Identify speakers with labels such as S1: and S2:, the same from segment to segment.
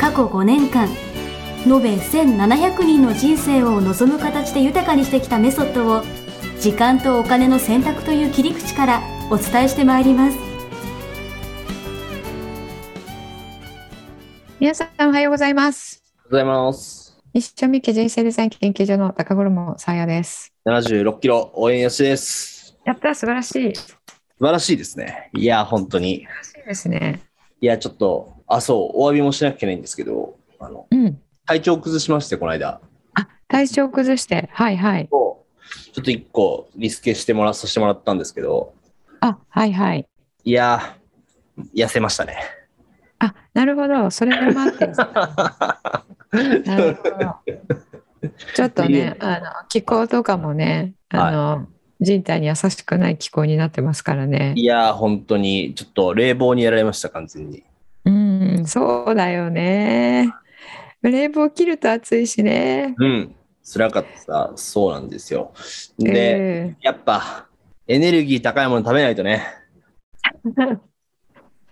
S1: 過去5年間延べ1700人の人生を望む形で豊かにしてきたメソッドを時間とお金の選択という切り口からお伝えしてまいります
S2: 皆さんおはようございます
S3: ございます。
S2: 西尾美家人生デザイン研究所の高衣さやです
S3: 76キロ応援よしです。
S2: やった素晴らしい素
S3: 素晴らしいですね。いや、本当に。
S2: 晴らしいですね
S3: いや、ちょっと、あ、そう、お詫びもしなきゃいけないんですけど、あの、
S2: うん
S3: 体調崩しまして、この間。
S2: あ体調崩してはいはい
S3: ちょっと一個リスケしてもらさせてもらったんですけど、
S2: あはいはい
S3: いや、痩せましたね。
S2: あなるほどそれで 待ってるなるほどちょっと
S3: いいね
S2: ねあの気候とかもねあの、人体に優しくない気候になってますからね
S3: いや、本当に、ちょっと冷房にやられました、完全に。
S2: うんそうだよね冷房切ると暑いしね
S3: うん。辛かった。そうなんですよ。で、
S2: え
S3: やっぱ、エネルギー高いもの食べないとね。
S2: ー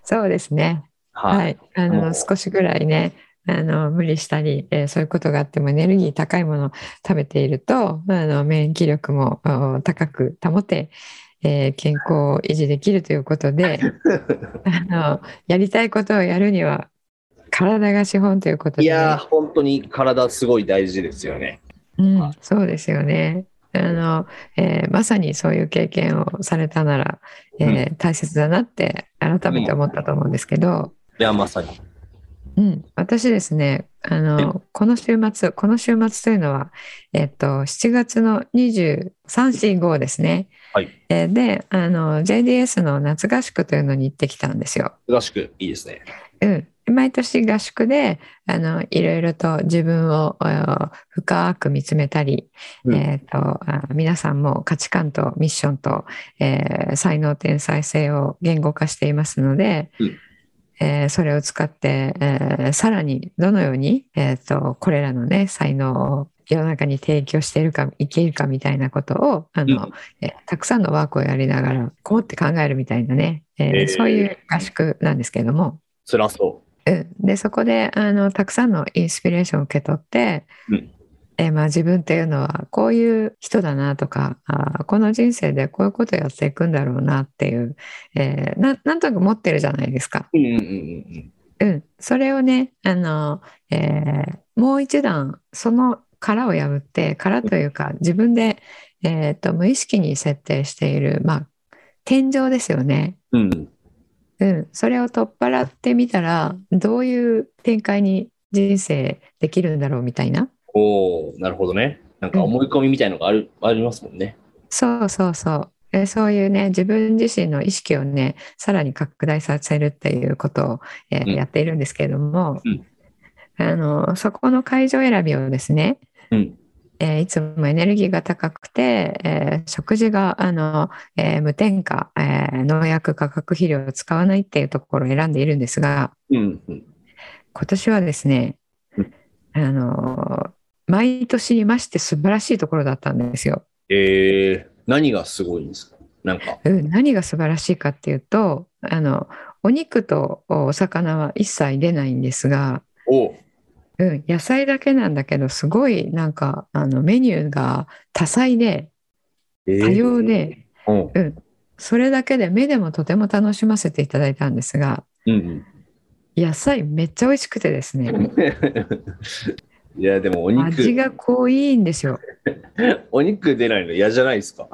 S2: そうですね
S3: は。
S2: はいい、あ
S3: も
S2: の
S3: う
S2: 少しぐらいねあの無理したり、えーそういうことがあってもエネルギー高いものを食べているとあの免疫力もあの高く保て、えー健康を維持できるということで あのやりたいことをやるには体が資本ということ
S3: い
S2: で、
S3: やー、本当に体すごい大事ですよね。
S2: うん、そうですよねあの、えーまさにそういう経験をされたなら、えー大切だなって改めて思ったと思うんですけど。
S3: いや、まさに。
S2: うん、私ですね、あの、この週末、この週末というのは、えっと、7月の23、4、5ですね。
S3: はい
S2: えーで、あの、JDS の夏合宿というのに行ってきたんですよ。
S3: らしくいいですね。
S2: うん。毎年合宿で、あの、いろいろと自分をあ深く見つめたり、
S3: うん
S2: えっと、あ皆さんも価値観とミッションと、えー才能天才性を言語化していますので、
S3: うん
S2: えーそれを使って、えーさらにどのように、えーとこれらのね、才能を世の中に提供しているか、いけるかみたいなことを、あの、
S3: うん
S2: えーたくさんのワークをやりながら、こうって考えるみたいなね、えー
S3: えー
S2: そういう合宿なんですけれども、
S3: 辛
S2: うん
S3: そ
S2: でそこであのたくさんのインスピレーションを受け取って、
S3: うん
S2: えーまあ、自分っていうのはこういう人だなとかあーこの人生でこういうことやっていくんだろうなっていう、えーななんとなく持ってるじゃないですか。
S3: う。うんうんうん
S2: うん、それをねあの、えーもう一段その殻を破って殻というか自分で、えーと無意識に設定している、まあ、天井ですよね。
S3: うん。うん。
S2: うん、それを取っ払ってみたらどういう展開に人生できるんだろうみたいな
S3: おおなるほどね。なんか思い込みみたいのがある、ありますもんね。
S2: そうそうそうえそういうね自分自身の意識をねさらに拡大させるっていうことを、えー
S3: うん
S2: やっているんですけれども、
S3: うん
S2: あのそこの会場選びをですね、
S3: うん。
S2: えーいつもエネルギーが高くて、えー食事があの、えー無添加、えー農薬化学肥料を使わないっていうところを選んでいるんですが、
S3: うん、うん。
S2: 今年はですね
S3: う、
S2: あの、毎年にまして素晴らしいところだったんですよ。
S3: えー、何がすごいんですかなんか。
S2: うん何が素晴らしいかっていうと、あの、お肉とお魚は一切出ないんですが、
S3: おー
S2: うん、野菜だけなんだけど、すごいなんか、あの、メニューが多彩で、
S3: えー
S2: 多様で、
S3: うん。うん
S2: それだけで目でもとても楽しませていただいたんですが、
S3: うん。
S2: 野菜めっちゃ美味しくてですね、
S3: いや、でもお
S2: 味
S3: 肉、
S2: が濃いんですよ。
S3: お肉出ないの嫌じゃないですか。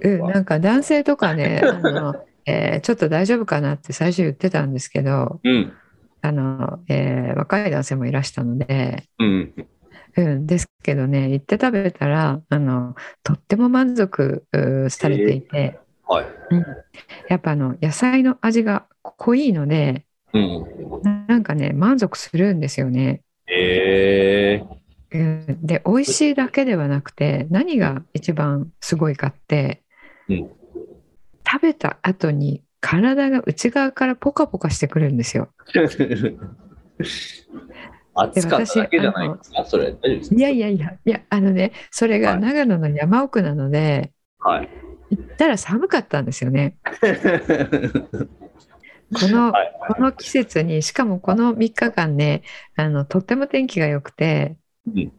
S2: うん、なんか男性とかねあの、えーちょっと大丈夫かなって最初言ってたんですけど
S3: うん。
S2: あの、えー若い男性もいらしたので、
S3: うん。
S2: うん、ですけどね行って食べたらあのとっても満足うされていて、
S3: はい。
S2: やっぱあの野菜の味が濃いので
S3: うん。
S2: なんかね、満足するんですよね。
S3: えー。
S2: うんで、美味しいだけではなくて、何が一番すごいかって、
S3: うん
S2: 食べた後に体が内側からポカポカしてくるんですよ。
S3: 暑かっただけじゃないですかそれ。大丈夫ですか
S2: いやいやいや、いや、あのね、それが
S3: はい
S2: 長野の山奥なので、
S3: はい。
S2: 行ったら寒かったんですよね。この、
S3: はい
S2: この季節に、しかもこの3日間ね、あの、とっても天気が良くて、
S3: うん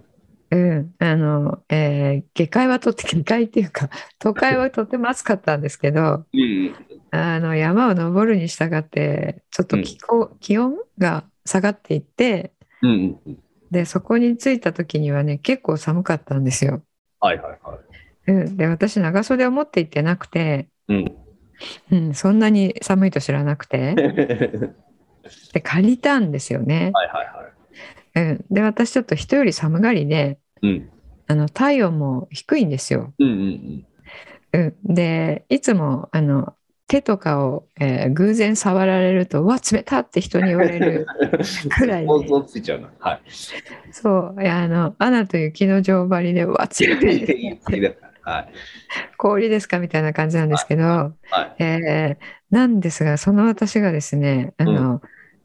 S2: うんあの、えー下界はとって、下界っていうか、都会はとっても暑かったんですけど、
S3: うん。
S2: あの、山を登るに従って、ちょっと気候、気温が下がっていって、
S3: うん。
S2: で、そこに着いた時にはね、結構寒かったんですよ。
S3: はいはいはい。
S2: うん、で、私、長袖を持って行ってなくて、
S3: うん。
S2: うん、そんなに寒いと知らなくて、で、借りたんですよね。
S3: はいはいは
S2: うん、で私ちょっと人より寒がりで
S3: い。うん。
S2: あの体温も低いんですよ。
S3: うんうん
S2: うん、でいつもあの手とかを、えー偶然触られると「うわ冷た!」って人に言われるく らい
S3: 想像ついちゃうな。はい。
S2: そういやあの「アナと雪の女王張りでうわ冷たい
S3: 言い過ぎだか らはい。
S2: 氷ですか?」みたいな感じなんですけど、
S3: は
S2: えーなんですがその私がですねあの、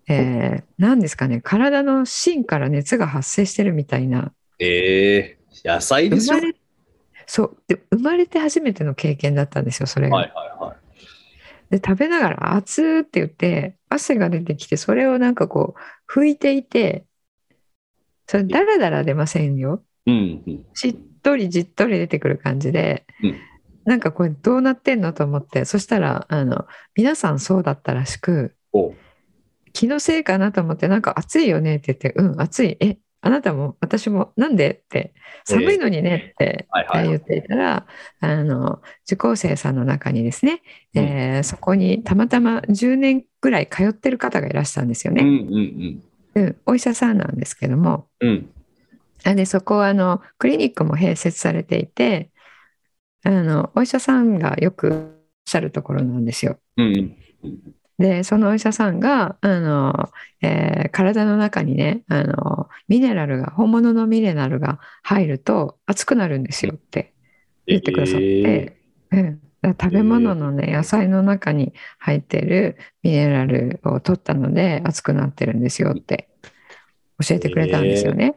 S2: えーなんですかね体の芯から熱が発生してるみたいな
S3: えー、野菜で
S2: 生
S3: しょ
S2: まれそうで生まれて初めての経験だったんですよそれが。
S3: はいはいはい。
S2: で食べながら「熱ーって言って汗が出てきてそれをなんかこう拭いていてそれダラダラ出ませんよ
S3: うんうん。
S2: しっとりじっとり出てくる感じで、
S3: うん
S2: なんかこれどうなってんのと思ってそしたらあの皆さんそうだったらしく
S3: おう
S2: 気のせいかなと思って「なんか暑いよね」って言って「うん暑いえあなたも私もなんで?」って「寒いのにね」って
S3: はいはいは
S2: 言
S3: い。
S2: っていたら、あの受講生さんの中にですね、えーそこにたまたま10年ぐらい通ってる方がいらしたんですよ
S3: うんう
S2: ね、
S3: ん
S2: うんお医者さんなんですけども
S3: うん。うん。
S2: あでそこはあのクリニックも併設されていてあのお医者さんがよくいらっしゃるところなんですよ。
S3: うんうん。
S2: でそのお医者さんがあの、えー体の中にねあのミネラルが本物のミネラルが入ると熱くなるんですよって言ってくださって、
S3: え
S2: うん、だから食べ物のね、野菜の中に入ってるミネラルを取ったので熱くなってるんですよって教えてくれたんですよね。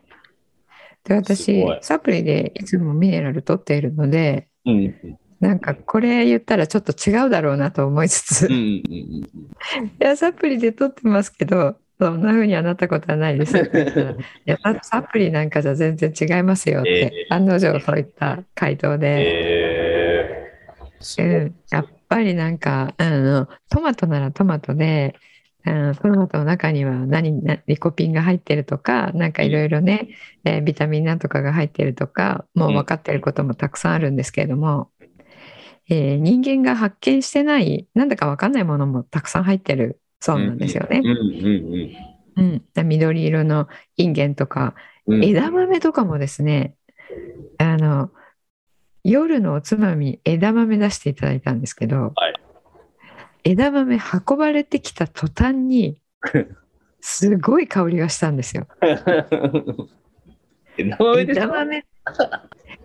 S2: で
S3: す
S2: 私
S3: ごい
S2: サプリでいつもミネラル取っているので
S3: ーうんうん
S2: なんかこれ言ったらちょっと違うだろうなと思いつつ、
S3: うん
S2: い
S3: うん
S2: やサプリで取ってますけどそんな風にあなったことはない ですって言ったらいやサプリなんかじゃ全然違いますよって、
S3: え
S2: 案の定そういった回答で。
S3: えーす
S2: う
S3: ごい
S2: ん、やっぱりなんかあのトマトならトマトであのトマトの中には何なリコピンが入ってるとかなんかいろいろね、えービタミンなんとかが入ってるとかもう分かってることもたくさんあるんですけれども、えー人間が発見してないなんだか分かんないものもたくさん入ってるそうなんですよね。
S3: うんうん
S2: うん、緑色のインゲンとか
S3: うんうん。
S2: 枝豆とかもですねあの夜のおつまみ枝豆出していただいたんですけど、
S3: はい
S2: 枝豆運ばれてきた途端 にすごい香りがしたんですよ。
S3: 枝豆です
S2: 枝
S3: か
S2: 豆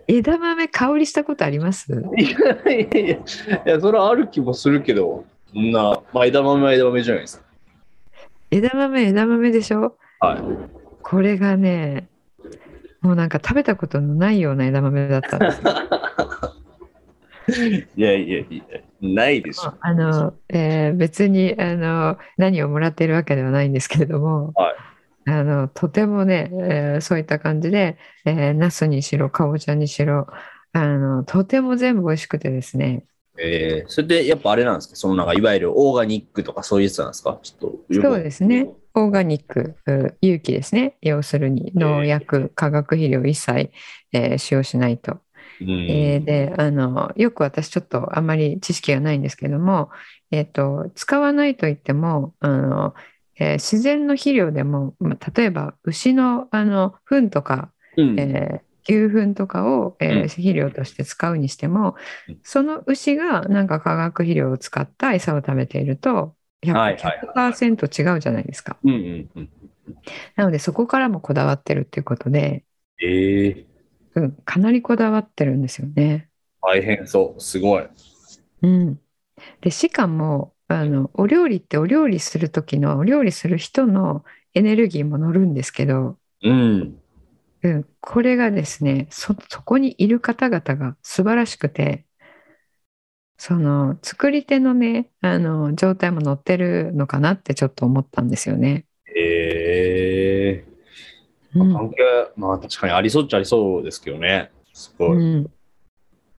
S2: 枝豆香りしたことあります
S3: いやいやいやいや、それはある気もするけど、そんな、まあ、枝豆は枝豆じゃないですか。
S2: 枝豆枝豆でしょ
S3: はい。
S2: これがねもうなんか食べたことのないような枝豆だったんですよ
S3: いやいやいや、ないでしょ。
S2: あの、えー別にあの何をもらっているわけではないんですけれども、
S3: はい
S2: あのとてもね、えーそういった感じで、えー、ナスにしろかぼちゃにしろあのとても全部美味しくてですね
S3: えー、それでやっぱあれなんですか、そのなんかいわゆるオーガニックとかそういうやつなんですか、ちょっと。
S2: そうですね。オーガニックう有機ですね要するに農薬化学肥料一切、えー使用しないと
S3: うん。
S2: えーであのよく私ちょっとあんまり知識がないんですけども、えー、と使わないといってもあの、えー自然の肥料でも、まあ、例えば牛のあの糞とか、
S3: うん
S2: えー牛糞とかを、えー
S3: うん
S2: 肥料として使うにしても
S3: うん
S2: その牛がなんか化学肥料を使った餌を食べていると
S3: はいはい
S2: 100%違うじゃないですか。
S3: うんうんうん。
S2: なのでそこからもこだわってるっていうことで、
S3: ええ
S2: うん、かなりこだわってるんですよね。
S3: 大変そう。すごい。
S2: うん、でしかもあのお料理ってお料理する時のお料理する人のエネルギーも乗るんですけど、
S3: うん。
S2: うん、これがですねそそこにいる方々が素晴らしくてその作り手のねあの状態も乗ってるのかなってちょっと思ったんですよね。
S3: ええ
S2: うん
S3: 関係、まあ確かにありそうっちゃありそうですけどね。すごい。
S2: うん、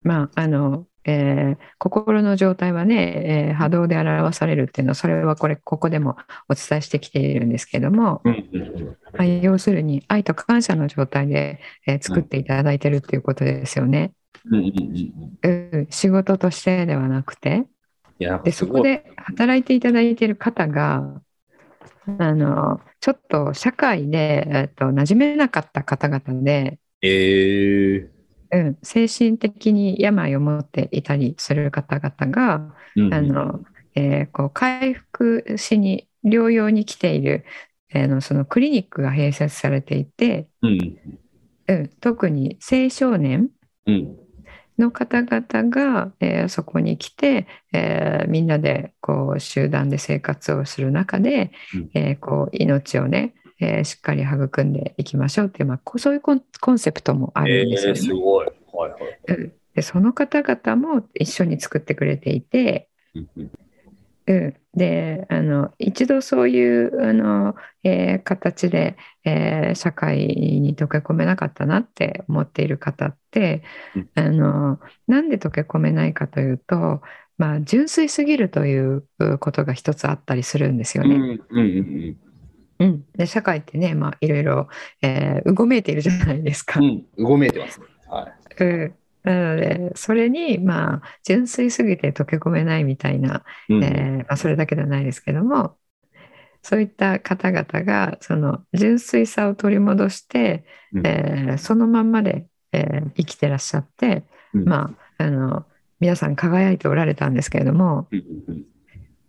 S2: まああの、えー心の状態はね、えー波動で表されるっていうのはそれはこれここでもお伝えしてきているんですけども、
S3: うんうんうん。
S2: まあ、要するに愛と感謝の状態で、えー作っていただいてるっていうことですよね、
S3: うんうんうんうん。
S2: うん、仕事としてではなくて
S3: いや、なんか
S2: ですそこ
S3: ごい。
S2: で働いていただいてる方があのちょっと社会で、えっと馴染めなかった方々で、
S3: ええ
S2: うん、精神的に病を持っていたりする方々が
S3: うん
S2: あの、えーこう回復しに療養に来ている、えーのそのクリニックが併設されていて、
S3: うん。
S2: うん、特に青少年
S3: うん。
S2: の方々が、えーそこに来て、えーみんなでこう集団で生活をする中で、
S3: うん
S2: えーこう命をね、えーしっかり育んでいきましょうっていう、まあ、こうそういうコンコンセプトもあ
S3: え
S2: るんですよ
S3: え
S2: ね。
S3: すごい。はいはい。
S2: うんでその方々も一緒に作ってくれていて、
S3: うんうん
S2: うん、であの一度そういうあの、えー形で、えー社会に溶け込めなかったなって思っている方って
S3: うん
S2: あのなんで溶け込めないかというと、まあ、純粋すぎるといううことが一つあったりするんですよ
S3: うん
S2: ね。
S3: うんうん
S2: うん、で社会ってね、まあ、いろいろ、えーうごめいているじゃないですか
S3: う。ん。うん。うごめいてますね。はい。
S2: うんなのでそれにまあ純粋すぎて溶け込めないみたいな
S3: うん
S2: えーまあ、それだけではないですけどもそういった方々がその純粋さを取り戻して、
S3: うん
S2: えーそのまんまで、えー生きてらっしゃって、
S3: うん
S2: まあ、あの皆さん輝いておられたんですけれども
S3: うんうんうん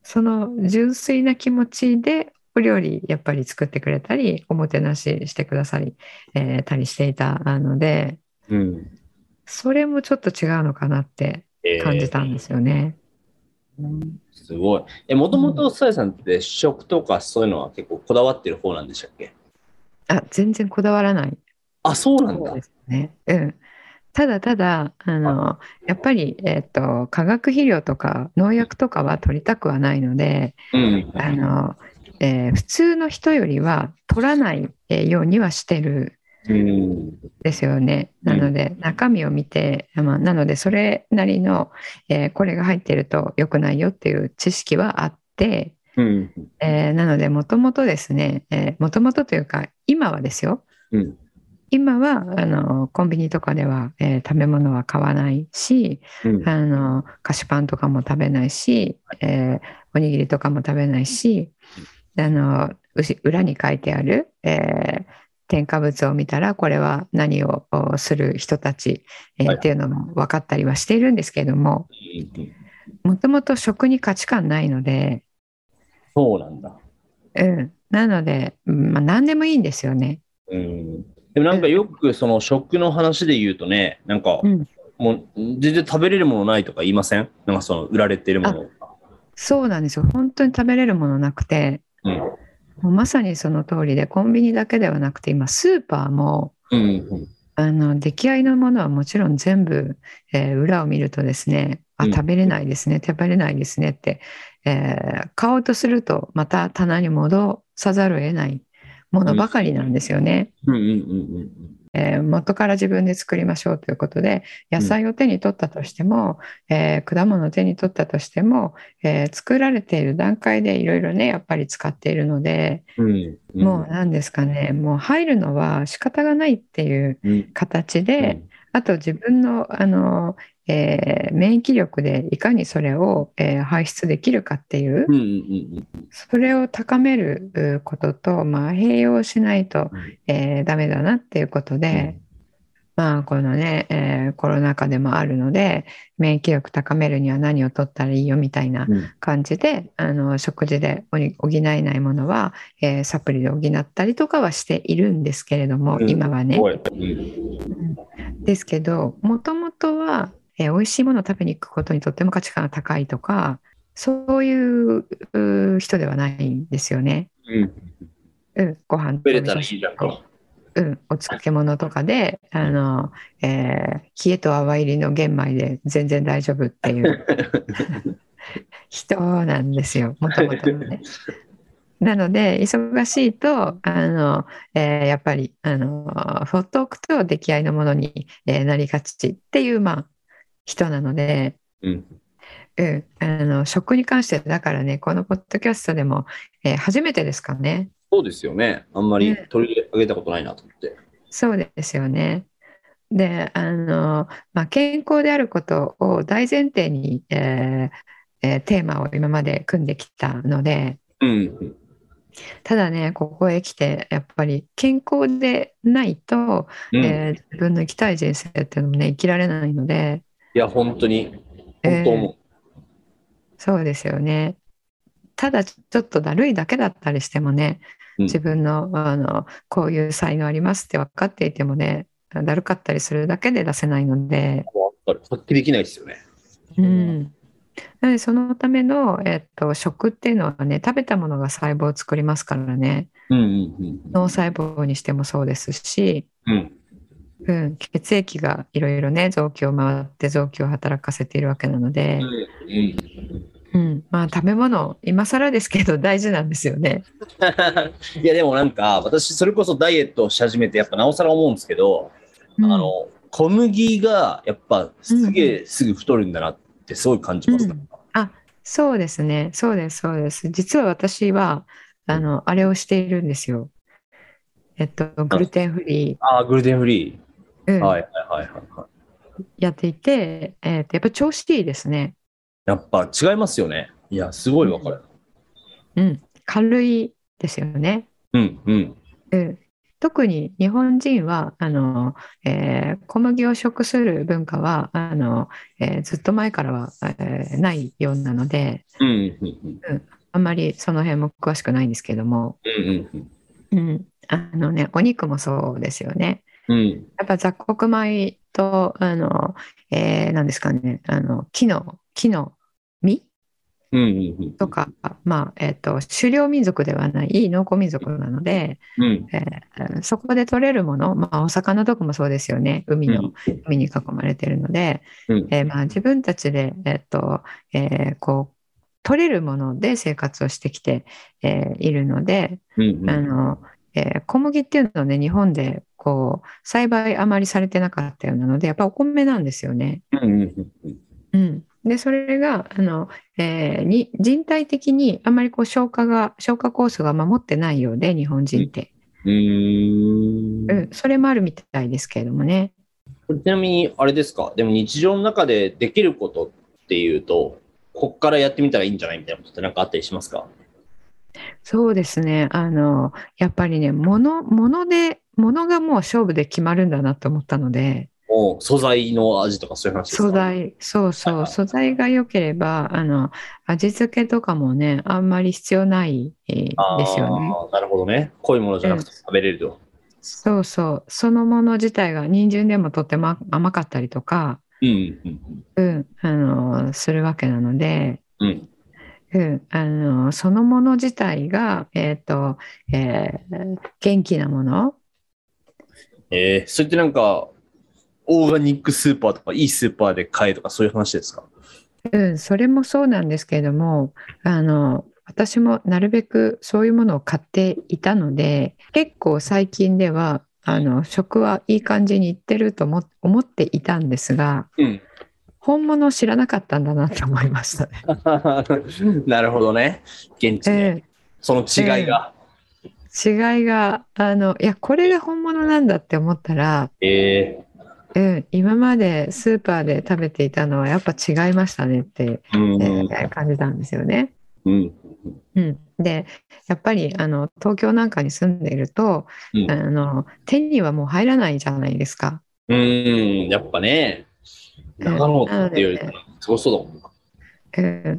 S2: その純粋な気持ちでお料理やっぱり作ってくれたりおもてなししてくださり、えーたりしていたので
S3: うん。
S2: それもちょっと違うのかなって
S3: ええ
S2: 感じたんですよね。
S3: すごい。え、もともとさやさんって食とかそういうのは結構こだわってる方なんでしたっけ
S2: あ全然こだわらない
S3: あ、そうなん
S2: そう
S3: だ
S2: で。すね。うん。ただただ、あの、やっぱり、えっ、と、化学肥料とか農薬とかは取りたくはないので、
S3: うん。
S2: あの、えー普通の人よりは取らないえーようにはしてる
S3: うん。
S2: んですよね。なので、中身を見て、まあ、なので、それなりの、えーこれが入ってると良くないよっていう知識はあって、
S3: うん。
S2: えーなので、もともとですね、もともとというか、今はですよ、
S3: うん。
S2: 今はあのコンビニとかでは、えー食べ物は買わないし
S3: うん
S2: あの菓子パンとかも食べないし、えーおにぎりとかも食べないしあのうし裏に書いてある、えー添加物を見たらこれは何をおする人たち、えー
S3: はい
S2: っていうのも分かったりはしているんですけれども
S3: うん
S2: もともと食に価値観ないので、
S3: そうなんだ。
S2: うん、なので、うんまあ、何でもいいんですよね。
S3: うん。でもなんかよくその食の話で言うとね、なんか
S2: うん
S3: もう全然食べれるものないとか言いませんなんかその売られてるもの。
S2: そうなんですよ本当に食べれるものなくて
S3: うん。
S2: もうまさにその通りでコンビニだけではなくて今スーパーも
S3: うん。
S2: あの出来合いのものはもちろん全部、えー裏を見るとですねあ
S3: うん
S2: 食べれないですね食べれないですねって、えー買おうとするとまた棚に戻さざるを得ないものばかりなんですよね、
S3: うん。うん。うん。
S2: えー元から自分で作りましょうということで野菜を手に取ったとしても、えー果物を手に取ったとしても、えー作られている段階でいろいろねやっぱり使っているので。
S3: うん。うん。
S2: もう何ですかねもう入るのは仕方がないっていう
S3: うん。うん。
S2: 形で、あと自分のあの、えー免疫力でいかにそれを、えー排出できるかっていう
S3: うん。うん。うん。
S2: それを高めるうことと、まあ、併用しないと、
S3: うん
S2: えーダメだなっていうことで、まあ、このね、えーコロナ禍でもあるので免疫力高めるには何を取ったらいいよみたいな
S3: うん
S2: 感じであの食事で補補えないものは、えーサプリで補ったりとかはしているんですけれども、
S3: うん
S2: 今はね。
S3: おいうん
S2: ですけどもともとは、えー美味しいものを食べに行くことにとっても価値観が高いとかそういううー人ではないんですよね。
S3: うん。
S2: うん、ご飯と
S3: 食べれたらいいじゃんか。
S2: うん、お漬物とかであの、えー冷えと泡入りの玄米で全然大丈夫っていう 人なんですよもともとの ね。なので忙しいとあの、えーやっぱりあの放っておくと出来合いのものに、えーなりがちっていう、まあ、人なので、
S3: うん
S2: うん、あの食に関してだからねこのポッドキャストでも、えー初めてですかね。
S3: そうですよね。あんまり取り上げたことないなと思って。
S2: そうですよね。であの、まあ、健康であることを大前提に、えーえーテーマを今まで組んできたので
S3: うん。
S2: ただねここへ来てやっぱり健康でないと、
S3: うん
S2: えー自分の生きたい人生っていうのもね生きられないので
S3: いや、本当に、本当思う。
S2: そうですよね。ただちょっとだるいだけだったりしてもね
S3: うん
S2: 自分のあのこういう才能ありますって分かっていてもねだるかったりするだけで出せないので。
S3: わかる発揮できないですよね。
S2: うん、なのでそのための、えっと、食っていうのはね食べたものが細胞を作りますからね
S3: うんうん
S2: 脳細胞にしてもそうですし、
S3: うん。うん。
S2: うん、血液がいろいろね臓器を回って臓器を働かせているわけなので、
S3: うん。
S2: うん、まあ食べ物今更ですけど大事なんですよね。
S3: いや、でもなんか、私、それこそダイエットをし始めて、やっぱなおさら思うんですけど、
S2: うん
S3: あの、小麦が、やっぱ、すげえすぐ太るんだなって、すごい感じます。
S2: うんそうですねそうですそうです実は私はあのあれをしているんですよ。えっと、グルテンフリ
S3: ああ、グルテンフリ
S2: ー、う
S3: ー。
S2: ん
S3: はいはいはいはいはい。
S2: やっていて、えっとやっぱ調子いいですね。
S3: やっぱ違いますよね。いや、すごいわかる。
S2: うん、軽いですよね。
S3: うんうん。
S2: うん、特に日本人はあの、えー小麦を食する文化はあの、えーずっと前からは、えーないようなので
S3: うんうんうん
S2: あんまりその辺も詳しくないんですけども、
S3: うんうん
S2: うんあのね、お肉もそうですよね。
S3: うんうん
S2: やっぱ雑穀米とあの、えー何ですかねあの木の木の実
S3: うんうん
S2: とか、まあえー、と狩猟民族ではない農耕民族なので。
S3: うん
S2: えーそこで取れるもの、まあ、お魚とかもそうですよね海の、海に囲まれてるので、
S3: うん
S2: えーまあ、自分たちで、えっとえーこう取れるもので生活をしてきて、えーいるので、
S3: うん
S2: あのえー小麦っていうのはね日本でこう栽培あまりされてなかったようなのでやっぱお米なんですよね。
S3: うんうん
S2: うん、でそれがあの、えーに人体的にあまりこう消化が消化酵素が守ってないようで日本人って。
S3: うーん
S2: うん、それもあるみたいですけれどもね。
S3: これちなみに、あれですか、でも日常の中でできることっていうと、こっからやってみたらいいんじゃないみたいなことってなんかあったりしますか
S2: そうですね。あの、やっぱりね、物、物で、物がもう勝負で決まるんだなと思ったので、
S3: お素材の味とかそういう話ですか
S2: 素。材、そう
S3: はい
S2: そ
S3: は
S2: う、
S3: い
S2: 素材が良ければ、あの、味付けとかもね、あんまり必要ないえー
S3: あー
S2: ですよね。
S3: なるほどね。濃いものじゃなくて食べれると。
S2: そうそう、そのもの自体が人参でもとても甘かったりとか、
S3: うんうん
S2: うん、あの、するわけなので、
S3: うんうん
S2: うん、あのそのもの自体が、えーとえー元気なもの、
S3: えー、それってなんか、オーガニックスーパーとか、いいスーパーで買えとか、そういう話ですか
S2: うん、それもそうなんですけれどもあの私もなるべくそういうものを買っていたので結構最近ではあの食はいい感じにいってると思思っていたんですが
S3: うん。
S2: 本物を知らなかったんだなと思いましたね。
S3: なるほどね。現地で、
S2: え
S3: その違いが。
S2: ー違いがあのいやこれが本物なんだって思ったら、
S3: え
S2: うん、今までスーパーで食べていたのはやっぱ違いましたねって、
S3: ー、うん
S2: えー感じたんですよね。
S3: うん
S2: うん、でやっぱりあの東京なんかに住んでいると、
S3: うん
S2: あの手にはもう入らないじゃないですか。
S3: うーん、やっぱね、長野っていうより
S2: なので、
S3: すごそうだもんな。
S2: うん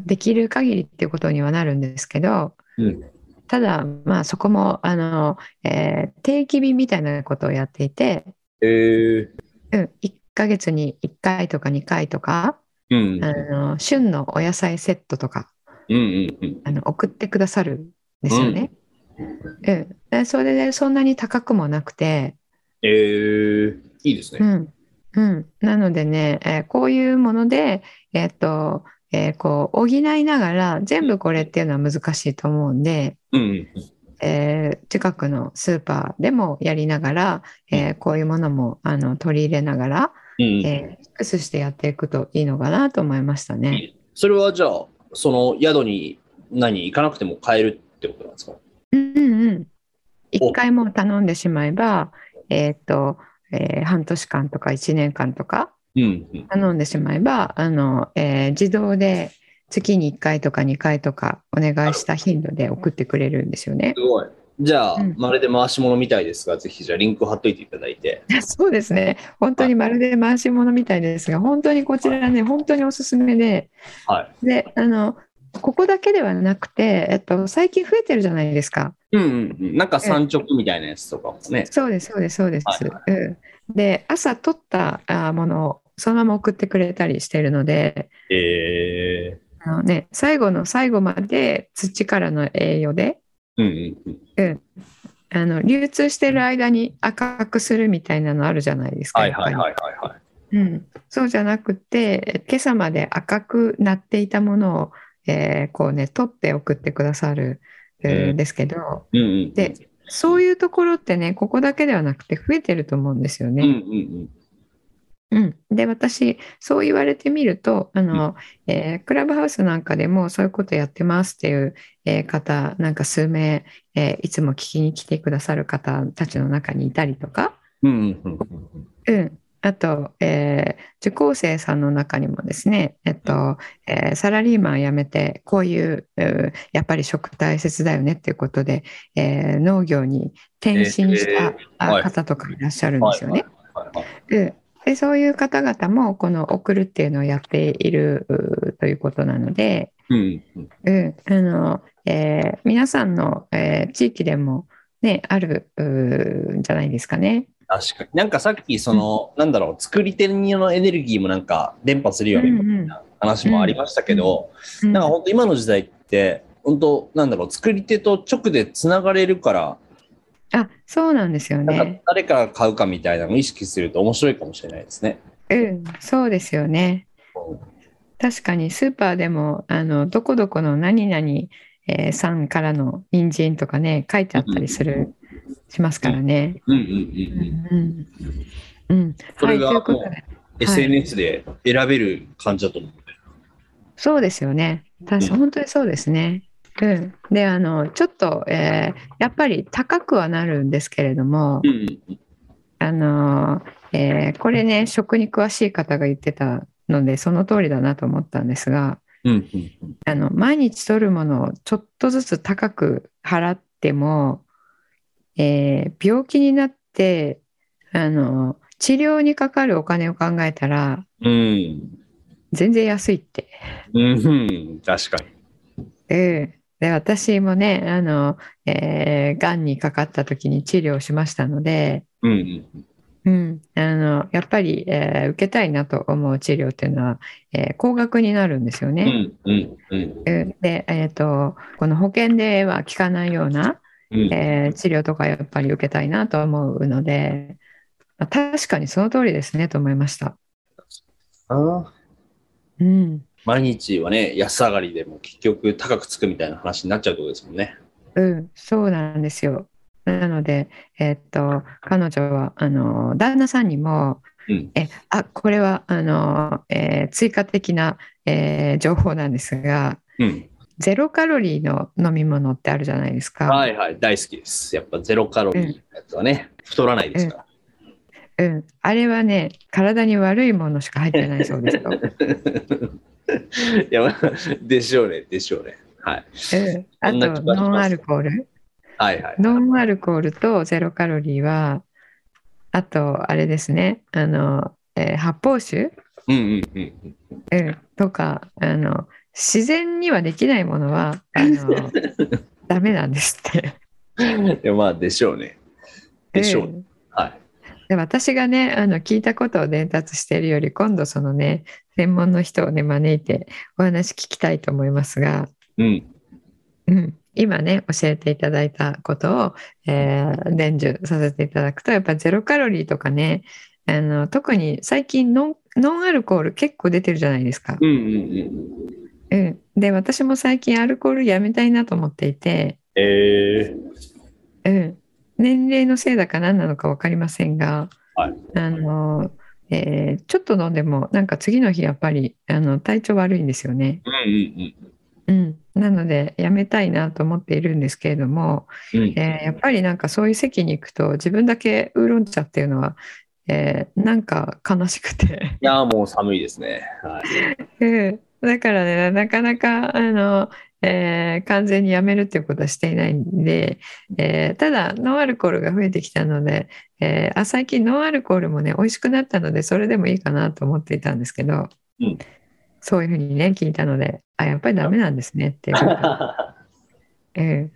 S2: できる限りっていうことにはなるんですけど、
S3: うん
S2: ただまあそこもあの、えー定期便みたいなことをやっていて、
S3: えー、
S2: うん、1ヶ月に1回とか2回とか、
S3: うん、
S2: あの旬のお野菜セットとか
S3: うん、うん、うん。
S2: あの送ってくださるんですよね。うんでそれでそんなに高くもなくて、
S3: えー、いいです
S2: う
S3: ね。
S2: んうん、なのでね、えーこういうもので、えーっとえーこう補いながら全部これっていうのは難しいと思うんで、
S3: うん、うん、
S2: えー近くのスーパーでもやりながら、えーこういうものもあの取り入れながら、
S3: うん。
S2: えーミックスしてやっていくといいのかなと思いましたね。
S3: それはじゃあ、その宿に何、行かなくても買えるってことなんですか
S2: うんうんうん。一回もう頼んでしまえば、えーっと、えー半年間とか1年間とか
S3: うん、うん。
S2: 頼んでしまえば、あの、えー自動で月に1回とか2回とかお願いした頻度で送ってくれるんですよね
S3: す。ごい。じゃあ、
S2: うん
S3: まるで回し物みたいですが、ぜひじゃあリンク貼っといていただいて。
S2: そうですね。本当にまるで回し物みたいですが、本当にこちらね、本当におすすめで、
S3: は
S2: で、あの、ここだけではなくて、えっと、最近増えてるじゃないですか。
S3: うんうんうん。なんか産直みたいなやつとかもね。
S2: そうです、そうです、そうです。
S3: はい
S2: うん、で、朝取ったあーものをそのまま送ってくれたりしてるので、
S3: え
S2: あのね、最後の最後まで土からの栄養で、
S3: ー、うんうんうん。
S2: あの流通してる間に赤くするみたいなのあるじゃないですか。
S3: はいはい
S2: やっ
S3: はいはいはい。
S2: ぱりうん、そうじゃなくて、今朝まで赤くなっていたものを、えーこうね、取って送ってくださる、えー
S3: うん
S2: ですけど、
S3: うんうん。
S2: で、そういうところってね、ここだけではなくて増えてると思うんですよ
S3: う
S2: ね。
S3: んうん
S2: うん、で私そう言われてみるとあの、えークラブハウスなんかでもそういうことやってますっていう、えー方なんか数名、えーいつも聞きに来てくださる方たちの中にいたりとか、
S3: うん。うんうんうんうん。
S2: うん、あと、えー受講生さんの中にもですね、えっとえーサラリーマン辞めてこういううんやっぱり食大切だよねっていうことで、えー農業に転身した
S3: えーは
S2: あ
S3: い
S2: 方とかいらっしゃるんで
S3: はい
S2: すよ
S3: はい
S2: ね。
S3: はいはい。
S2: うんでそういう方々もこの送るっていうのをやっているうということなので、
S3: うんうん。
S2: うんあのえー皆さんの、えー地域でも、ね、あるうんじゃないですかね。
S3: 確かに。なんかさっき、その、なんだろう、作り手のエネルギーもなんか伝播するようにみたいな話もありましたけど、
S2: うん
S3: なんか本当今の時代って、本当なんだろう、作り手と直でつながれるから、
S2: あそうなんですよ
S3: なんか
S2: ね。
S3: 誰から買うかみたいなのを意識すると面白いかもしれないですね。
S2: うん、そうですよね。確かにスーパーでもあのどこどこの何々、えーさんからの人参とかね書いてあったりする、しますからね。
S3: うんうんう
S2: うん
S3: うん。
S2: んうん
S3: それが
S2: はい、というこ
S3: も
S2: と
S3: う
S2: で
S3: SNS で選べる感じだと思う。
S2: そうですよね。確
S3: う
S2: か本当にそうですね。うん、であのちょっと、えーやっぱり高くはなるんですけれども、
S3: うん。
S2: あのえーこれね食に詳しい方が言ってたのでその通りだなと思ったんですが
S3: うんうんうん。
S2: あの毎日取るものをちょっとずつ高く払っても、えー病気になってあの治療にかかるお金を考えたら
S3: うん。
S2: 全然安いって
S3: うん。確かに。
S2: うんで私もねあの、えー、がんにかかった時に治療しましたので、
S3: うんうん。
S2: うん、あのやっぱり、えー受けたいなと思う治療っていうのは、えー高額になるんですよ
S3: う
S2: ね。
S3: んうんう
S2: う
S3: ん。
S2: んで、えー、とこの保険では効かないような、
S3: うん
S2: えー治療とかやっぱり受けたいなと思うので、まあ確かにその通りですねと思いました。
S3: ああ
S2: うん
S3: 毎日はね、安上がりでも結局高くつくみたいな話になっちゃうってことですもんね。
S2: うん、そうなんですよ。なので、えっと、彼女は、あの、旦那さんにも、
S3: うん
S2: え、あ、これは、あの、えー追加的な、えー情報なんですが、
S3: うん。
S2: ゼロカロリーの飲み物ってあるじゃないですか。
S3: はいはい。大好きです。やっぱゼロカロリーのやつはね、太らないですから。
S2: うん、あれはね、体に悪いものしか入ってないそう ですよ。
S3: いや、まあでしょうね、でしょうね。はい。
S2: うん、あ
S3: そんな気
S2: と、
S3: がします
S2: ノンアルコール。
S3: はいはい。
S2: ノンアルコールとゼロカロリーは、あと、あれですね、あの、えー発泡酒、
S3: うんうんうん。
S2: うんとか、あの、自然にはできないものは、あ の、ダメなんですって。
S3: いやまあ、でしょうね。でしょう。
S2: ん
S3: はい。
S2: で私がねあの聞いたことを伝達しているより今度そのね専門の人をね招いてお話聞きたいと思いますが、
S3: うん。
S2: うん、今ね教えていただいたことを、えー伝授させていただくとやっぱゼロカロリーとかねあの特に最近ノンノンアルコール結構出てるじゃないですか。
S3: うんうん
S2: う
S3: うん。
S2: ん、で私も最近アルコールやめたいなと思っていて、
S3: えー、
S2: うん、年齢のせいだか何なのか分かりませんが、
S3: はい
S2: あのえーちょっと飲んでもなんか次の日やっぱりあの体調悪いんですよね、
S3: うん
S2: う
S3: うん
S2: ん、なのでやめたいなと思っているんですけれども、
S3: うん。うん、
S2: えーやっぱりなんかそういう席に行くと自分だけウーロン茶っていうのは、えーなんか悲しくて、
S3: いやーもう寒いですね。はい。
S2: うん、だからねなかなかあの、えー完全にやめるっていうことはしていないんで、えーただノンアルコールが増えてきたので、えーあ最近ノンアルコールもね美味しくなったのでそれでもいいかなと思っていたんですけど、
S3: うん
S2: そういうふうにね聞いたのであやっぱりダメなんですねって いうこと、うん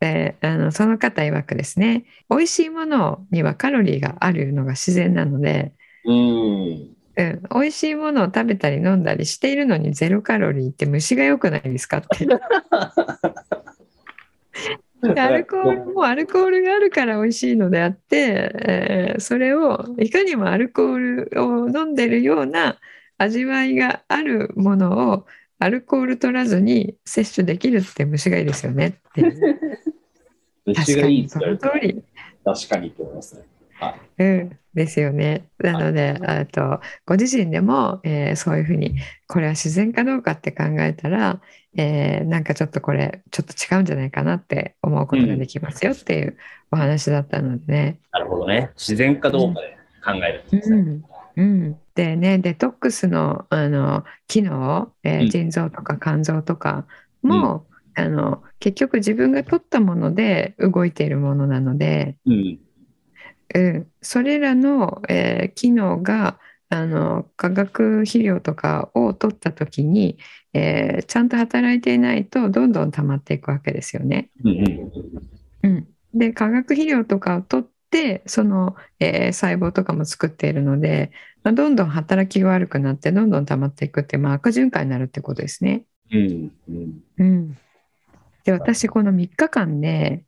S2: であのその方曰くですね美味しいものにはカロリーがあるのが自然なので、
S3: うん。
S2: うん、美味しいものを食べたり飲んだりしているのにゼロカロリーって虫が良くないですかって でアルコールもアルコールがあるから美味しいのであって、えーそれをいかにもアルコールを飲んでるような味わいがあるものをアルコール取らずに摂取できるって虫がいいですよねっていう
S3: 虫
S2: 確
S3: が
S2: か
S3: いい
S2: に
S3: って
S2: そ
S3: 言
S2: の
S3: わ
S2: 通
S3: れたら
S2: り
S3: 確かにって思いますね。
S2: うん、ですよね。なので、あとご自身でも、えーそういうふうにこれは自然かどうかって考えたら、えーなんかちょっとこれちょっと違うんじゃないかなって思うことができますよっていうお話だったのでね。
S3: なるほどね。自然かどうかで考えるんです
S2: う
S3: ね。
S2: んうん、でねデトックスのあの機能、えー
S3: うん
S2: 腎臓とか肝臓とかも、あの結局自分が取ったもので動いているものなので。
S3: うん。
S2: うん、それらの、えー機能があの化学肥料とかを取った時に、えーちゃんと働いていないとどんどん溜まっていくわけですよね。
S3: うんう
S2: う
S3: ん。
S2: ん、で化学肥料とかを取ってその、えー細胞とかも作っているので、まあどんどん働きが悪くなってどんどん溜まっていくって、まあ、悪循環になるってことですね。
S3: うんうん。
S2: うん、で私この3日間で、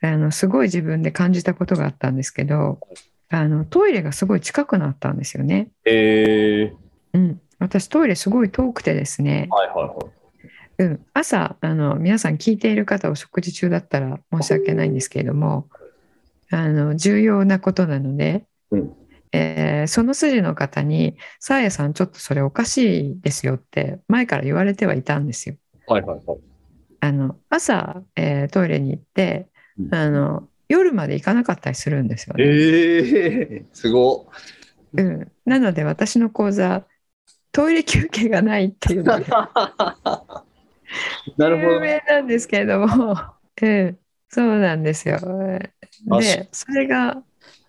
S2: あのすごい自分で感じたことがあったんですけどあのトイレがすごい近くなったんですよね。
S3: えー、
S2: うん、私トイレすごい遠くてですね、
S3: はいはいはい。
S2: うん、朝あの皆さん聞いている方お食事中だったら申し訳ないんですけれどもあの重要なことなので、
S3: うん
S2: えーその筋の方に「さあやさんちょっとそれおかしいですよ」って前から言われてはいたんですよ。
S3: はいはいはい。
S2: あの朝、えートイレに行って
S3: うん
S2: あの夜まで行かなかったりするんですよね。
S3: えー、す ごっ。
S2: うん、なので私の講座トイレ休憩がないっていう のが
S3: なるほ
S2: 有
S3: ど。
S2: 名なんですけれども、 うん、そうなんですよ。
S3: あ
S2: でそれが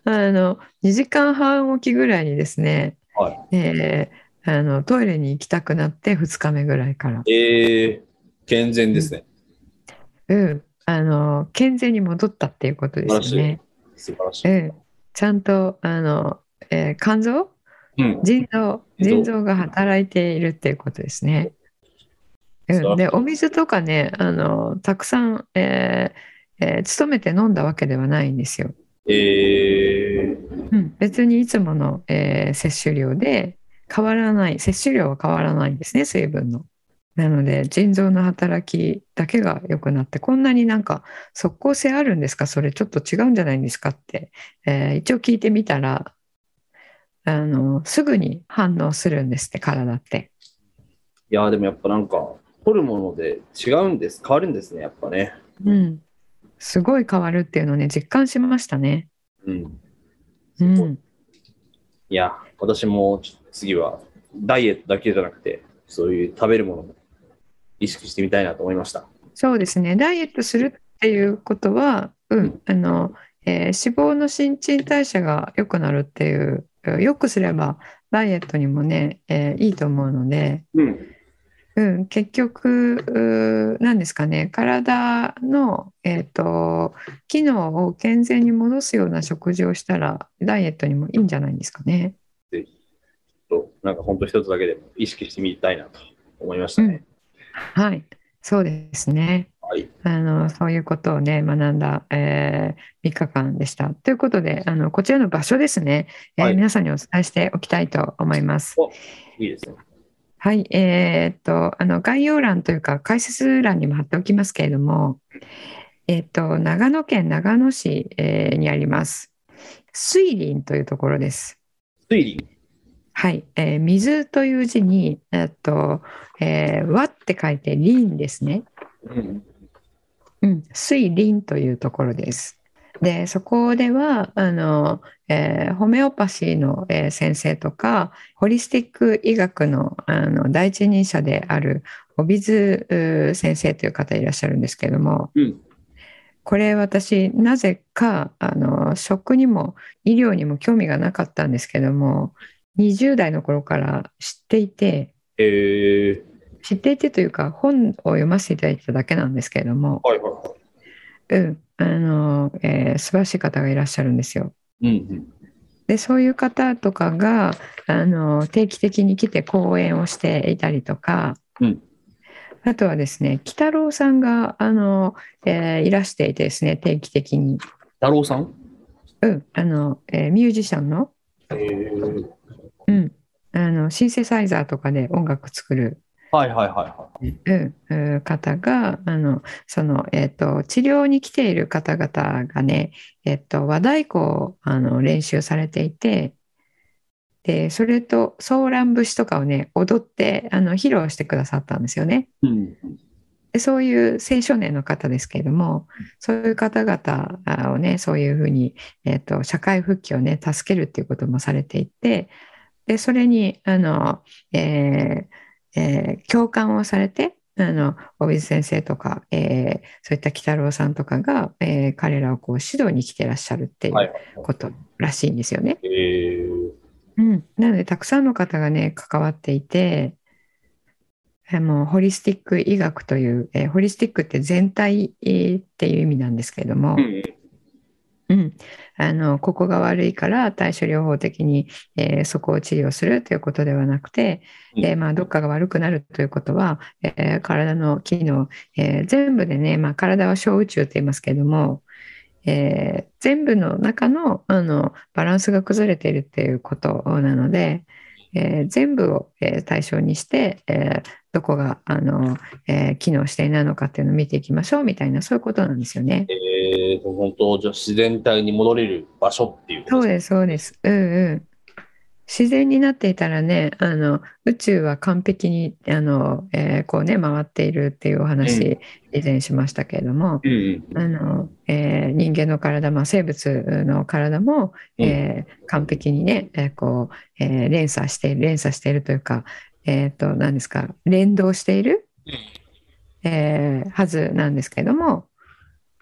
S2: あの2時間半おきぐらいにですね、
S3: は
S2: えーあのトイレに行きたくなって2日目ぐらいから、
S3: えー、健全ですね。
S2: うん、あの健全に戻ったっていうことですよ
S3: 素晴らしい
S2: ね。
S3: 素晴らしい。
S2: ええ、ちゃんとあの、えー肝臓
S3: うん。
S2: 腎臓腎
S3: 腎臓
S2: 臓が働いているっていうことですね。
S3: そ
S2: うん、
S3: う
S2: でお水とかねあのたくさん、えーえー勤めて飲んだわけではないんですよ。
S3: えー、
S2: うん、別にいつもの、えー摂取量で変わらない摂取量は変わらないんですね水分の。なので腎臓の働きだけが良くなってこんなになんか即効性あるんですかそれちょっと違うんじゃないんですかって、えー一応聞いてみたらあのすぐに反応するんですって体って。
S3: いやーでもやっぱなんか、取るもので違うんです。変わるんですね、やっぱね。
S2: うん、すごい変わるっていうのをね実感しましたね。
S3: うん。
S2: うん、
S3: いや、私もちょっと次はダイエットだけじゃなくて、そういう食べるものも意識してみたいなと思いました。
S2: そうですねダイエットするっていうことは、うんあのええー脂肪の新陳代謝が良くなるっていう、よくすればダイエットにもね、えーいいと思うので、
S3: うん。
S2: うん、結局、うー何ですかね、体の、えーと、機能を健全に戻すような食事をしたら、ダイエットにもいいんじゃないんですかね。
S3: と、なんか本当一つだけでも意識してみたいなと思いましたね。
S2: はい、そうですね。
S3: はい。
S2: あのそういうことをね学んだ、え3日間でした。ということであのこちらの場所ですね、えー
S3: はい
S2: 皆さんにお伝えしておきたいと思います。
S3: いいですね。
S2: はい、えーっとあの概要欄というか解説欄にも貼っておきますけれども、えーっと長野県長野市、えーにあります水林というところです。
S3: 推理。
S2: はい、えー水という字に、えーっとえー和って書いて林ですね。
S3: うん。
S2: うん、水林というところです。でそこではあの、えーホメオパシーの、えー先生とかホリスティック医学のあの第一人者である帯津うー先生という方いらっしゃるんですけれども
S3: うん。
S2: これ私なぜかあの食にも医療にも興味がなかったんですけども20代の頃から知っていて
S3: えー。
S2: 知っていてというか本を読ませていただいただけなんですけれども
S3: はいはいは
S2: うん、あの、えー素晴らしい方がいらっしゃるんですよ。
S3: い。うん
S2: で、そういう方とかが、あの、定期的に来て講演をしていたりとか、
S3: うん
S2: あとはですね、鬼太郎さんが、あの、えーいらしていてですね、定期的に、
S3: 太郎さん
S2: うん、あの、えーミュージシャンの、
S3: えー。
S2: うん、あの、シンセサイザーとかで音楽作る
S3: はいはいはいはい。
S2: うんうん方があのその、えっと治療に来ている方々がね、えっと和太鼓をあの練習されていてでそれとソーラン節とかをね踊ってあの披露してくださったんですよね。
S3: うん。
S2: でそういう青少年の方ですけれどもそういう方々をねそういうふうに、えっと社会復帰をね助けるっていうこともされていてでそれにあの、えーえー共感をされてあの小水先生とか、えーそういった鬼太郎さんとかが、えー彼らをこう指導に来てらっしゃるってい
S3: は
S2: う
S3: い
S2: ことらしいんですよね。
S3: えー。
S2: うん、なのでたくさんの方がね関わっていてえーもうホリスティック医学という、えーホリスティックって全体、えーっていう意味なんですけれども、
S3: うん。
S2: うん、あのここが悪いから対処療法的に、えーそこを治療するということではなくて、
S3: うん
S2: えーまあ、どっかが悪くなるということは、えー体の機能、えー全部でね、まあ、体は小宇宙と言いますけども、えー全部の中のあのバランスが崩れているということなので、えー全部を、えー対象にして、えーどこがあの、えー機能していないのかっていうのを見ていきましょうみたいなそういうことなんですよね。
S3: えーと、本当、じゃあ自然体に戻れる場所っていうこと
S2: そうです、そうです。うんうん。自然になっていたらね、あの宇宙は完璧にあの、えーこうね回っているっていうお
S3: う
S2: 話、以前しましたけれども、
S3: うんうん。
S2: あのえー人間の体、まあ、生物の体も、
S3: うん
S2: えー完璧にね、えーこうえー連鎖している連鎖しているというか、えー、と何ですか連動している、えーはずなんですけども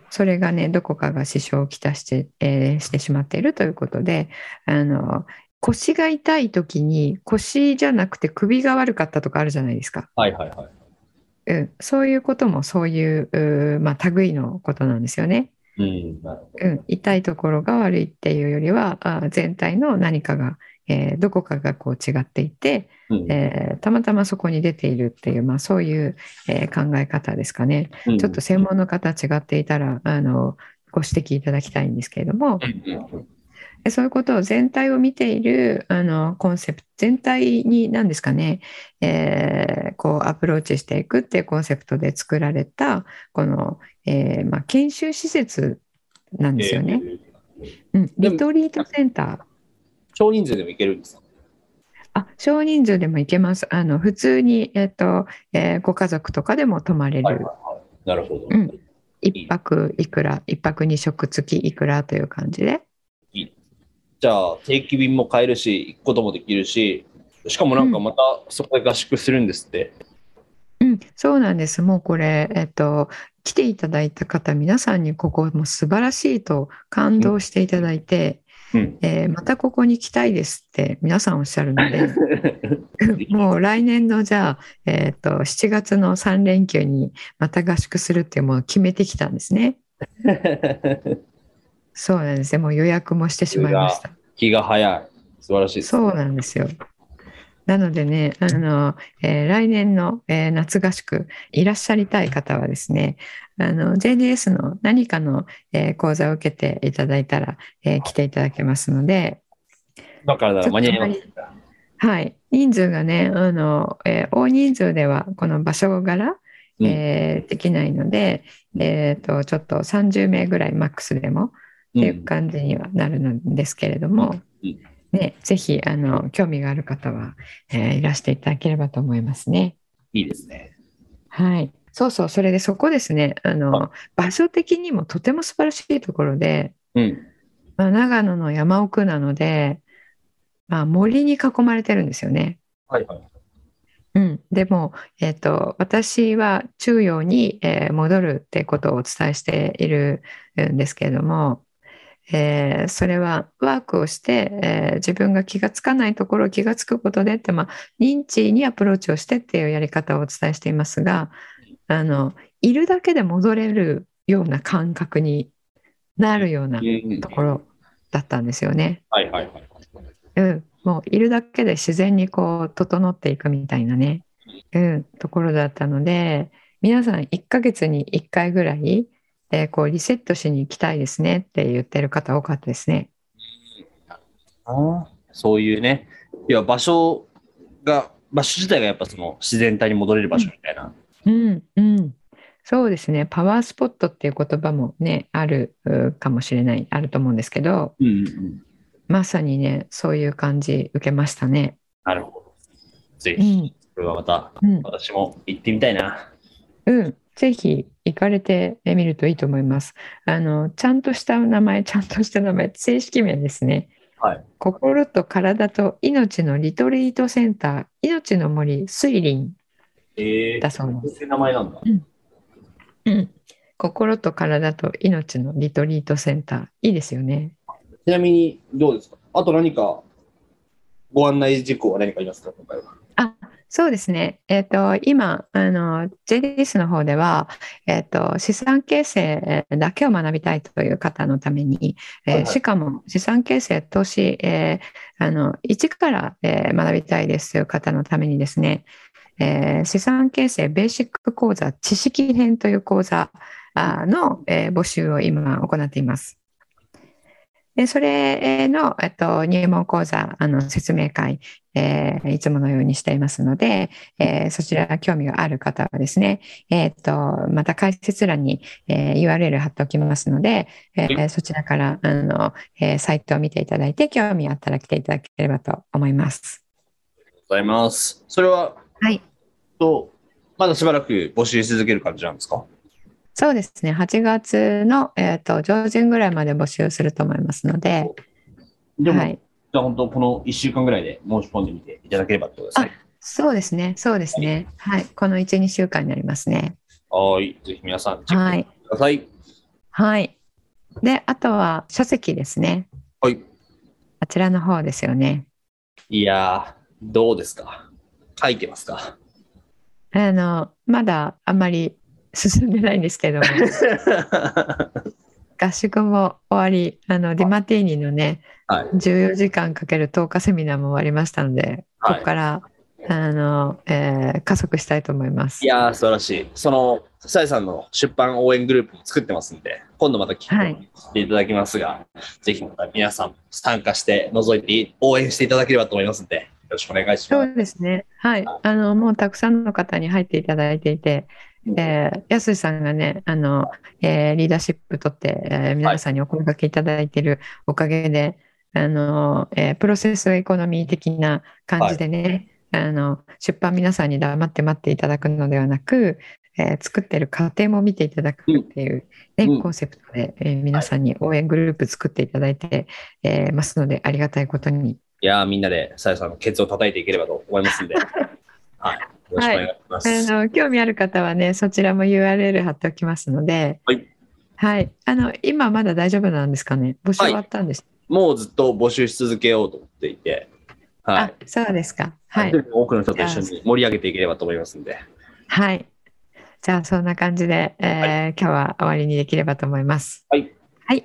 S2: それがねどこかが支障をきたして,、えーしてしまっているということであの腰が痛い時に腰じゃなくて首が悪かったとかあるじゃないですか、
S3: はいはいは
S2: うん、そういうこともそういううー、まあ、類のことなんですよね。
S3: い。うん。なるほど。
S2: うん、痛いところが悪いっていうよりはあー全体の何かが、えーどこかがこう違っていて、
S3: うん
S2: えーたまたまそこに出ているっていう、まあ、そういう、えー考え方ですかね
S3: うん
S2: ちょっと専門の方違っていたらあのご指摘いただきたいんですけれども
S3: うんうん
S2: でそういうことを全体を見ているあのコンセプト全体に何ですかね、えーこうアプローチしていくっていうコンセプトで作られたこの、えーまあ、研修施設なんですよね。
S3: えー
S2: うん、
S3: でも
S2: リトリートセンター。
S3: 少人数でも行けるんですか
S2: あ、少人数でも行けます。あの、普通に、えっ、と、えーご家族とかでも泊まれ
S3: はいはい
S2: る。
S3: はい。なるほど。
S2: うん一泊いくら、一泊二食付きいくらという感じで。
S3: じゃあ、定期便も買えるし、行くこともできるし、しかもなんかまたそこで合宿するんですって。
S2: うん、そうなんです。もうこれ、えっと、来ていただいた方、皆さんにここもう素晴らしいと感動していただいて、
S3: うん。
S2: えーまたここに来たいですって皆さんおっしゃるの で、もう来年のじゃあ、えっと、7月の3連休にまた合宿するってもう決めてきたんですね。そうなんですね。もう予約もしてしまいました。
S3: 気が早い。素晴らしいです。
S2: そうなんですよ。なのでね、あの、えー来年の、えー夏合宿、いらっしゃりたい方はですね、あの、JDS の何かの、えー講座を受けていただいたら、えー来ていただけますので、
S3: 今からなら間に合います。
S2: はい、人数がね、あの、えー大人数では、この場所柄、
S3: うん
S2: えーできないので、えっ、と、ちょっと30名ぐらいマックスでも、
S3: う
S2: っ
S3: ん
S2: ていう感じにはなるんですけれども、
S3: うん
S2: ね、ぜひあの興味がある方は、えーいらしていただければと思いますね。
S3: いいですね。
S2: はい、そうそうそれでそこですねあの場所的にもとても素晴らしいところで、
S3: うん。
S2: まあ、長野の山奥なので、まあ、森に囲まれてるんですよね。
S3: はいはい。
S2: うん、でも、えー、と私は中央に、えー戻るってことをお伝えしているんですけれども、えーそれはワークをして、えー自分が気がつかないところを気がつくことでって、まあ、認知にアプローチをしてっていうやり方をお伝えしていますがあのいるだけで戻れるような感覚になるような
S3: うん
S2: ところだったんですよね。
S3: はいはいはい。
S2: うん、もういるだけで自然にこう整っていくみたいなね、うん、ところだったので皆さん1ヶ月に1回ぐらい、えーこうリセットしに行きたいですねって言ってる方多かったですね。
S3: あーそういうね、要は場所が、場所自体がやっぱその自然体に戻れる場所みたいな。
S2: うんうん、そうですねパワースポットっていう言葉もねあるうかもしれないあると思うんですけど
S3: うんうんうん。
S2: まさにねそういう感じ受けましたね。
S3: なるほど。ぜ
S2: う
S3: ひ、
S2: ん
S3: これはまた
S2: うん
S3: 私も行ってみたいな。
S2: うん、ぜひ行かれてみるといいと思います。あの、ちゃんとした名前、 ちゃんとした名前、正式名ですね。
S3: はい
S2: 心と体と命のリトリートセンター、命の森水林
S3: え
S2: だそうです。
S3: そういう名前なんだ。
S2: うん。心と体と命のリトリートセンター、いいですよね。
S3: ちなみに、どうですかあと何か、ご案内事項は何かありますか今回は。
S2: そうですね。えっ、と、今、あの、JDS の方では、えっ、と、資産形成えーだけを学びたいという方のために、えー
S3: はいはい
S2: しかも資産形成、投資、えーあの、一から、えー学びたいですという方のためにですね、えー資産形成ベーシック講座、知識編という講座あーの、えー募集を今行っています。でそれの、えっと、入門講座あの説明会、えーいつものようにしていますので、えーそちら興味がある方はですね、えーっとまた解説欄に、えー URL 貼っておきますので、えーそちらからあの、えーサイトを見ていただいて興味あったら来ていただければと思います。
S3: ございます。それは、
S2: はい。
S3: と、まだしばらく募集し続ける感じなんですか
S2: そうですね8月の、えーっと上旬ぐらいまで募集すると思いますので、
S3: でも、
S2: はい、
S3: じゃあ本当この1週間ぐらいで申し込んでみていただければってことですね。
S2: そうですねそうですね、はい、この1、2週間になりますね。
S3: はい。ぜひ皆さん、チェッ
S2: は
S3: クし
S2: い
S3: てください。
S2: はい、であとは書籍ですね
S3: はい。
S2: あちらの方ですよね。
S3: いやー、どうですか書いてますか
S2: あの、まだあんまり進んでないんですけ ども、合宿も終わり、あの、ディマティーニのね、
S3: はい。
S2: 14時間かける10日セミナーも終わりましたので、こ
S3: はい
S2: こから、あの、えー加速したいと思います
S3: い。やー、素晴らしい。その、さえさんの出版応援グループも作ってますんで、今度また聞
S2: はいい
S3: ていただきますが、ぜひまた皆さん参加して、覗いて、応援していただければと思いますんで、よろしくお願いし
S2: そ
S3: ま
S2: うですね。はい。あの、もうたくさんの方に入っていただいていて、
S3: す。
S2: えー、安井さんがね、あの、えーリーダーシップ取って、えー皆さんにお声掛けいただいているおかげで、あの、えープロセスエコノミー的な感じでね、あの、出版皆さんに黙って待っていただくのではなく、えー作ってる過程も見ていただくっていう、ね
S3: うん
S2: コンセプトで、えー皆さんに応援グループ作っていただいて、えーますので、ありがたいことに。
S3: いやー、みんなでさえさんのケツを叩いていければと思いますんで、はい。ろしくお願いします。
S2: あの興味ある方はねそちらも URL 貼っておきますので、
S3: はい
S2: はいあの今まだ大丈夫なんですかね募集終わったんです、
S3: もうずっと募集し続けようと思っていて、はい。
S2: あそうですかはい
S3: でも多くの人と一緒に盛り上げていければと思いますんで。
S2: はいじゃあそんな感じで、えー今日は終わりにできればと思います
S3: はい、
S2: はい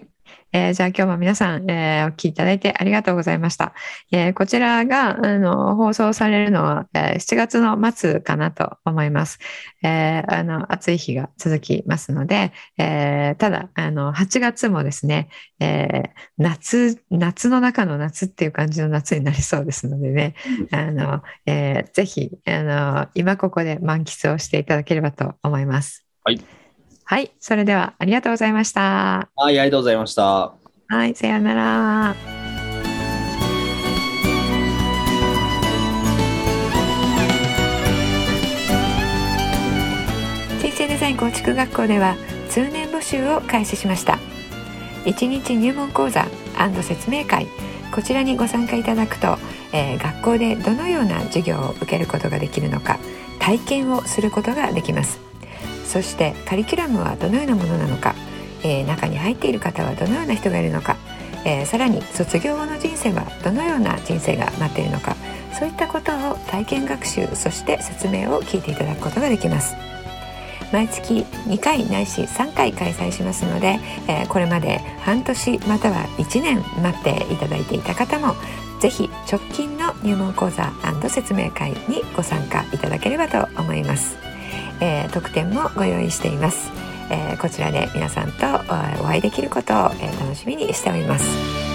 S2: えーじゃあ今日も皆さん、えーお聞きいただいてありがとうございました、えーこちらがあの放送されるのは、えー7月の末かなと思います、えーあの暑い日が続きますので、えーただあの8月もですね、えー夏夏の中の夏っていう感じの夏になりそうですのでねあの、えーぜひあの今ここで満喫をしていただければと思います。
S3: はい、
S2: はい、それではありがとうございました。
S3: はい、ありがとうございました。
S2: はい、さようなら。人生デザイン構築学校では通年募集を開始しました一日入門講座説明会こちらにご参加いただくと、えー学校でどのような授業を受けることができるのか体験をすることができますそしてカリキュラムはどのようなものなのか、えー中に入っている方はどのような人がいるのか、えーさらに卒業後の人生はどのような人生が待っているのかそういったことを体験学習そして説明を聞いていただくことができます毎月2回ないし3回開催しますので、えーこれまで半年または1年待っていただいていた方もぜひ直近の入門講座説明会にご参加いただければと思います、えー特典もご用意しています、えーこちらで皆さんとえーお会いできることをえー楽しみにしております